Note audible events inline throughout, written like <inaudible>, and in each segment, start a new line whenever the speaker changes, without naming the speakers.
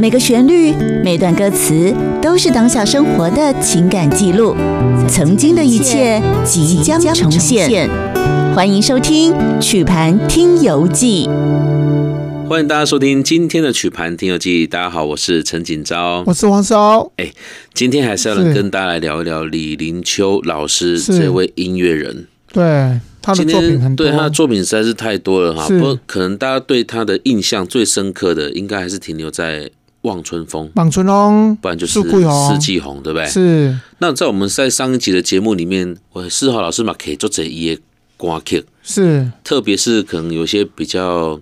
每个旋律、每段歌词都是当下生活的情感记录，曾经的一切即将重现。欢迎收听《曲盘听游记》。
欢迎大家收听今天的曲盘听游记。大家好，我是陈锦昭。
我是王烧，
今天还是要来
是
跟大家来聊一聊李林秋老师
是
这位音乐人。
对他的
今
作品
天
很多，
对他的作品实在是太多了哈，
是
不过可能大家对他的印象最深刻的，应该还是停留在《望春风》，
莽春龙
不然就是
树
《
库哦
四季红》，对不对？
是
那在我们在上一集的节目里面，我四号老师嘛可以做这一歌曲，
是，
特别是可能有些比较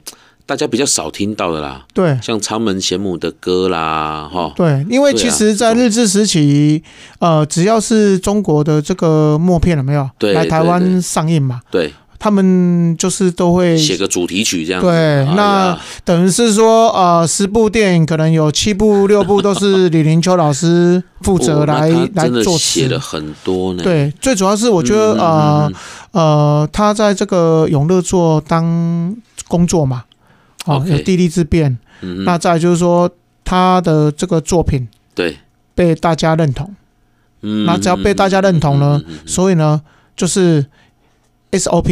大家比较少听到的啦，
对
像长门贤母的歌啦，哈，
对，因为
对啊
其实，在日治时期，呃，只要是中国的这个默片有没有
对
来台
对对
湾上映嘛，
对，
他们就是都会
写个主题曲这样子。
对
哎呀
那等于是说，呃，十部电影可能有七部、六部都是李林秋老师负责
<laughs> 哦那
来
他
来
真的
作
写了
词。
很多呢。嗯，
对，最主要是我觉得，
嗯
呃
嗯
呃，他在这个永乐做当工作嘛，哦
OK
有地利之便。
嗯嗯
那再来就是说，他的这个作品
对，
被大家认同，
嗯
那只要被大家认同
嗯
呢，
嗯嗯嗯嗯
所以呢，就是 SOP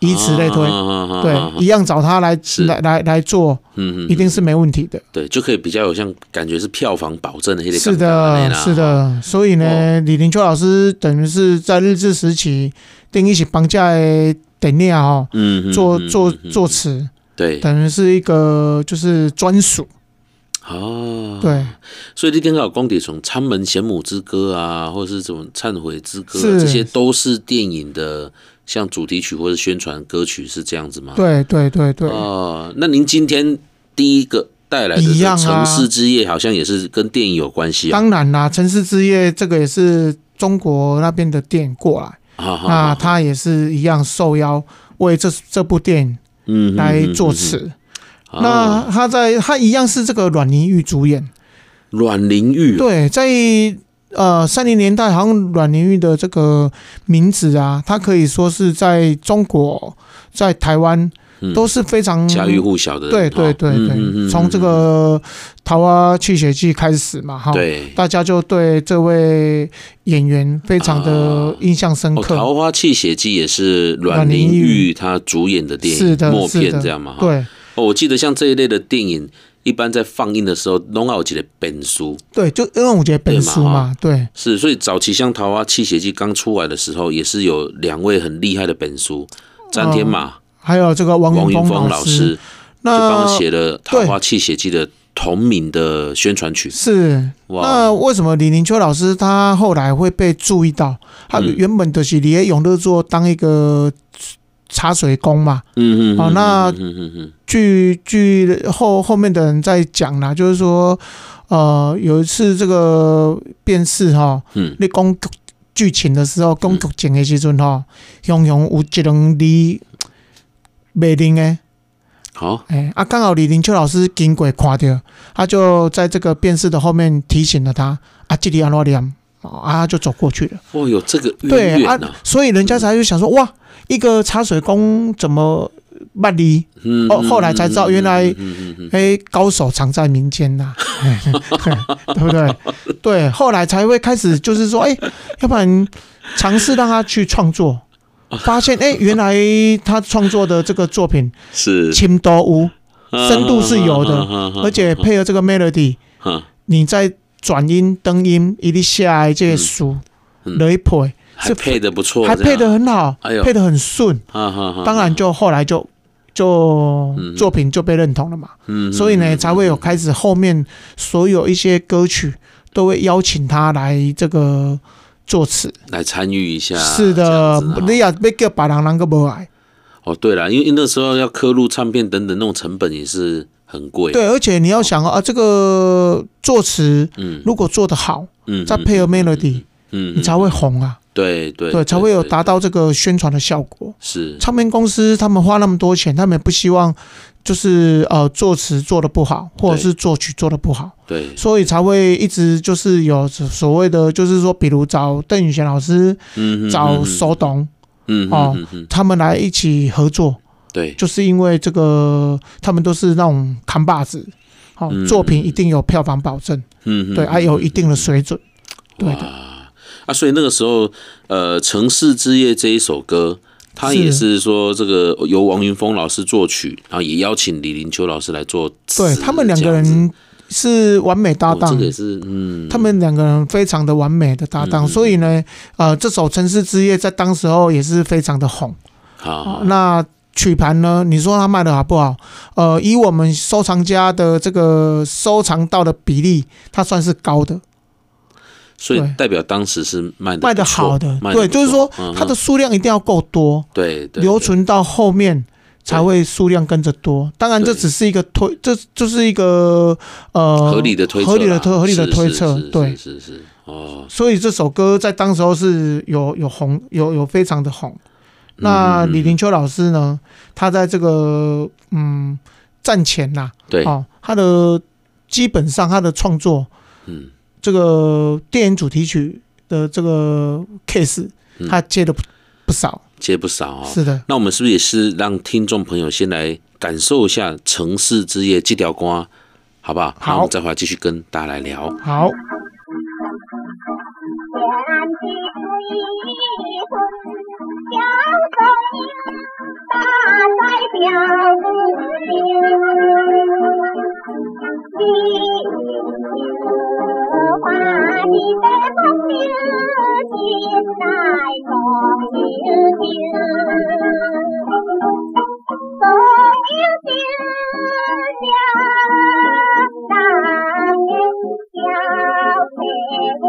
以此类推，
啊
对，一，样找他来
是
来来来做，
嗯
一定是没问题的。
对，就可以比较有像感觉是票房保证的那些
是
感觉
的，
啦
是，的，所以呢，李林秋老师等于是在日治时期，定一起绑架的典念哦，
嗯，嗯
做做作，
嗯嗯嗯
词，
对，
等于是一个就是专属，
哦，
对，
所以你刚刚有讲的从《参门贤母之歌》啊，或者是这种忏悔之歌、啊，
是
这些都是电影的像主题曲或者宣传歌曲是这样子吗？
对对对对，
嗯哦，那您今天第一个带来的
一
这
样
《
啊
城市之夜》好像也是跟电影有关系啊。
当然啦，《城市之夜》这个也是中国那边的电影过来，
好好
那
好
啊他也是一样受邀为这这部电影
嗯哦
来作，词。那他在他一样是这个阮玲玉主演，
阮玲玉啊
对，在呃三零年代，好像阮玲玉的这个名字啊，它可以说是在中国、在台湾
嗯
都是非常
家喻户晓的
对
人，
对
哈嗯
对对，从这个《桃花泣血记》开始嘛，哈，
对
大家就对这位演员非常的印象深
哦，《
刻。
桃花泣血记》也是阮
阮玲
玲
玉
玉她主演的电
是
影
的
默
是
片
的
这样嘛？哈
对
哦，我记得像这一类的电影，一般在放映的时候，拢要有一个本书。
对，就因为我觉得本书
对嘛
嘛，对
是，所以早期像《桃花泣血记》刚出来的时候，也是有两位很厉害的本书，詹天马、
还有这个王
王
云
云峰
峰
老
师，
师，就帮
那
他写了《桃花泣血记》的同名的宣传曲。
是那
哇，
为什么李林秋老师他后来会被注意到？他
嗯
原本就是李永乐做当一个茶水工嘛。
嗯嗯，
哦那
嗯嗯嗯
据据后后面的人在讲啦，就是说，呃，有一次这个辨识哈，
嗯，
你讲剧剧情的时候，讲
嗯
剧情的时阵哈，雄雄有一两字袂灵诶，
好，
哎、啊，刚好李林秋老师经过看到，他就在这个辨识的后面提醒了他，啊，这里安怎念，哦啊，他就走过去了。
哦，有这个渊
对
源
啊
呐，，
所以人家才会想说，哇，一个茶水工怎么办理？
嗯
哦后来才知道原来
嗯嗯嗯嗯嗯
哎，高手藏在民间呐、 <laughs> 对不对？对，后来才会开始就是说，哎，要不然尝试让他去创作。发现哎，原来他创作的这个作品
是嗯
轻多无，深度是有的而
的
且配合这个 melody，你在转音、登音、一粒下来这些书
嗯嗯
来配，
还配的不错，
还配
这
得
样，
很好
哎，呦
配得很顺。
哈哈哈
当然，就后来就就
嗯
作品就被认同了嘛，
嗯
所以呢
嗯
才会有开始后面所有一些歌曲都会邀请他来这个作词。
来参与一下，
是
这
的
样子，啊哈
你也被叫白人人个无爱。
哦，对了，因为那时候要刻录唱片等等，那种成本也是很贵。，
对，而且你要想哦啊，这个作词
嗯，
如果做得好，
嗯，
再配合 melody，
嗯，嗯，
你才会红啊，
对对嗯
对，才会有达到这个宣传的效果。
是
唱片公司他们花那么多钱，他们也不希望就是呃作词做的不好，或者是作曲做的不好，
对，
所以才会一直就是有所所谓的，就是说，比如找邓宇贤老师、
嗯，嗯
找手，董
嗯嗯
哦
嗯嗯嗯，
他们来一起合作，
对，
就是因为这个他们都是那种扛把子，好、
嗯
作品一定有票房保证，
嗯，嗯
对，还、有一定的水准，对的，
哇啊，所以那个时候，呃，《城市之夜》这一首歌，它
是
也是说这个由王云峰老师作曲，然后也邀请李林秋老师来做词
对他们两个
这样子
人是完美搭
哦
档
这个。也是嗯，
他们两个人非常的完美的搭档，
嗯
所以呢，呃，这首《城市之夜》在当时候也是非常的红。
好
哦，那曲盘呢？你说它卖的好不好？呃，以我们收藏家的这个收藏到的比例，它算是高的，
所以
对
代表当时是卖的
卖的好的。对，就是说它的数量一定要够多，
嗯对对
留存到后面才会数量跟着多。当然，这
对
只是一个推，这就是一个呃
合理的推测啦，
合理的推合理的
是
推
是
测
是，
对
是。是是哦，
所以这首歌在当时候是有有红，有有非常的红。那
嗯
李林秋老师呢，他在这个嗯战前呐、
对，
哦，他的基本上他的创作，
嗯，
这个电影主题曲的这个 case，
嗯
他接的不不少。
接不少哦。
是的，
那我们是不是也是让听众朋友先来感受一下《城市之夜》这条瓜，好不好？
好
那我们再回来继续跟大家来聊。
好，
天地一魂，小风铃，大赛表不停。你荷花你的风流，尽在风流情。风流情像当年小北温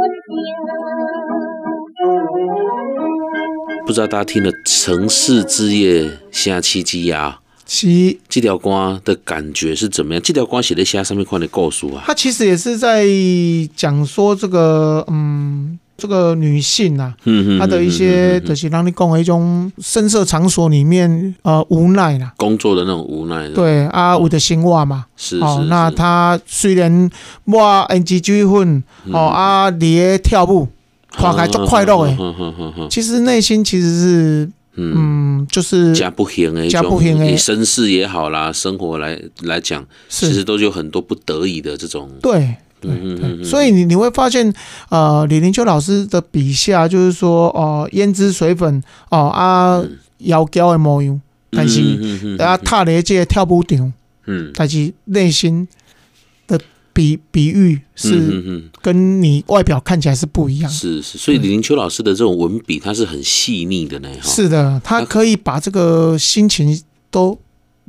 情。
不知道大家听了《城市之夜》下七季啊，
其
这条瓜的感觉是怎么样？这条瓜写的下上面看的构书啊，
他其实也是在讲说这个嗯，这个女性啊，
嗯
她的一些就是让你讲的一种深色场所里面呃无奈啦。
工作的那种无奈，，
对啊，有的生活嘛，
是是
哦
是，
那她虽然抹 NGG 粉，
嗯
哦啊，咧跳舞，看起来足快乐欸诶，
嗯嗯嗯嗯
其实内心其实是，
嗯，
嗯，就是
家不行诶，
吃不行的
以身世也好啦，生活来来讲，其实
是，
都有很多不得已的这种，
对，
嗯
对，所以你你会发现，呃，李林秋老师的笔下就是说，哦，胭脂水粉，哦啊，妖娇的模样，但是
嗯
啊，踏咧这个跳舞场，
嗯，
但是内心的比比喻是
嗯
跟你外表看起来是不一样的。
是是，所以李林秋老师的这种文笔，他是很细腻的呢，哈，
是的，他可以把这个心情都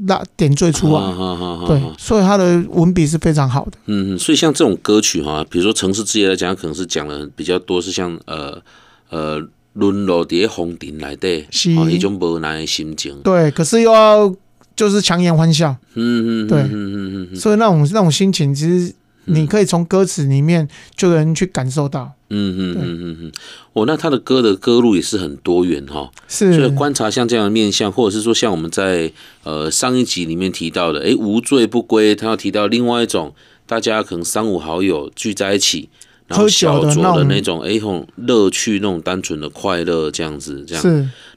拉点缀出来，
啊
对，所以他的文笔是非常好的。
嗯，所以像这种歌曲哈，比如说《城市之夜》来讲，可能是讲了比较多是像呃呃，沦落伫红尘内底，
是
啊，一种无奈的心情，
对，可是又要就是强颜欢笑，
嗯嗯，
对
嗯嗯嗯
所以那种那种心情，其实你可以从歌词里面就能去感受到。
嗯嗯嗯嗯，哦，那他的歌的歌路也是很多元哈，所以
是，
观察像这样的面相，或者是说像我们在呃上一集里面提到的，诶，无罪不归，他要提到另外一种，大家可能三五好友聚在一起，然后
喝酒
小
的
酌
那
的
种
那种，诶，那种乐趣，那种单纯的快乐，这样子，这样，
是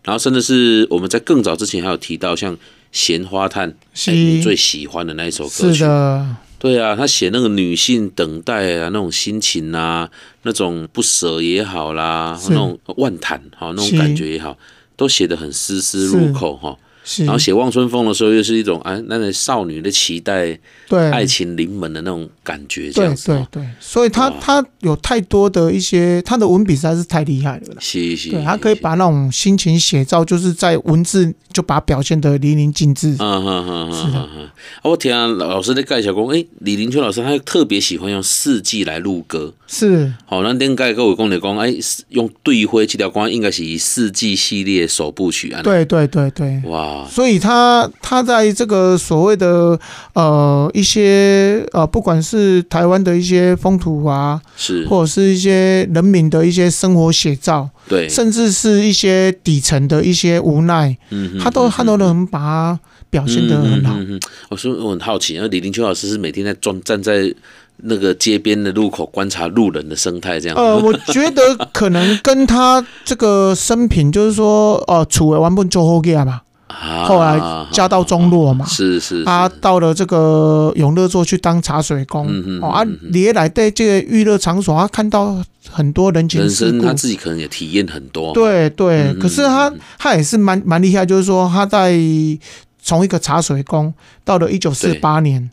然后甚至是我们在更早之前还有提到像。闲花炭，诶哎你最
是
喜欢的那一首歌曲，
是的，
对啊，他写那个女性等待啊，那种心情啊，那种不舍也好啦，
是
那种万谈好那
是
种感觉也好，都写得很丝丝入口哈。
是
然，后写《望春风》的时候，又是一种哎，那种少女的期待、
对，
爱情临门的那种感觉，这
对
样子
对
哈。
对，所以他
哇
他有太多的一些，他的文笔实在是太厉害了啦。
是是，
对，他可以把那种心情写照，就是在文字就把它表现得淋漓尽致。
嗯哼哼
是
哼
的
哼哼。啊，我听老老师在介绍讲，哎，李林秋老师他特别喜欢用四季来录歌。
是，
好，咱顶解个有讲来讲，哎，用对灰这条歌应该是四季系列首部曲啊。
对对对对。
哇，
所以他他在这个所谓的呃一些呃，不管是台湾的一些风土啊，
是，
或者是一些人民的一些生活写照，
对，
甚至是一些底层的一些无奈，
嗯哼
他都
嗯哼
他都能把它表现得很好
嗯。嗯嗯嗯我说我很好奇，那李林秋老师是每天在站站在那个街边的路口观察路人的生态这样。
呃，我觉得可能跟他这个生平，就是说，呃，楚为玩不就后 g 吧，
啊
后来家道中落嘛，
是是
啊，
是
到了这个永乐座去当茶水工，
嗯嗯
哦啊
嗯，嗯
你也来在这个娱乐场所，他看到很多人情
人
世
生
故
他，自己可能也体验很多，，
对对
嗯，嗯
可是他
嗯嗯
他也是蛮蛮厉害，就是说他在从一个茶水工到了一九四八年，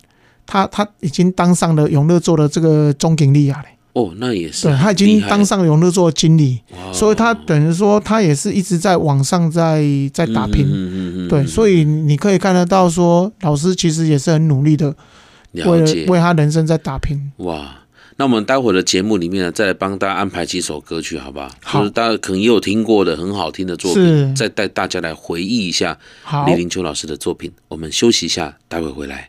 他他已经当上了永乐座的这个总经理啊嘞，
哦，那也是哦
对
很厉害，
他已经当上永乐座的经理，
哇，
所以他等于说他也是一直在往上在在打拼。
嗯
对，所以你可以看得到说老师其实也是很努力的，为
了
了
解
为他人生在打拼。
哇。那我们待会儿的节目里面呢，再来帮大家安排几首歌曲，好不好？
好
就是大家可能也有听过的很好听的作品，
是
再带大家来回忆一下
好
李，林秋老师的作品。我们休息一下，待会儿回来。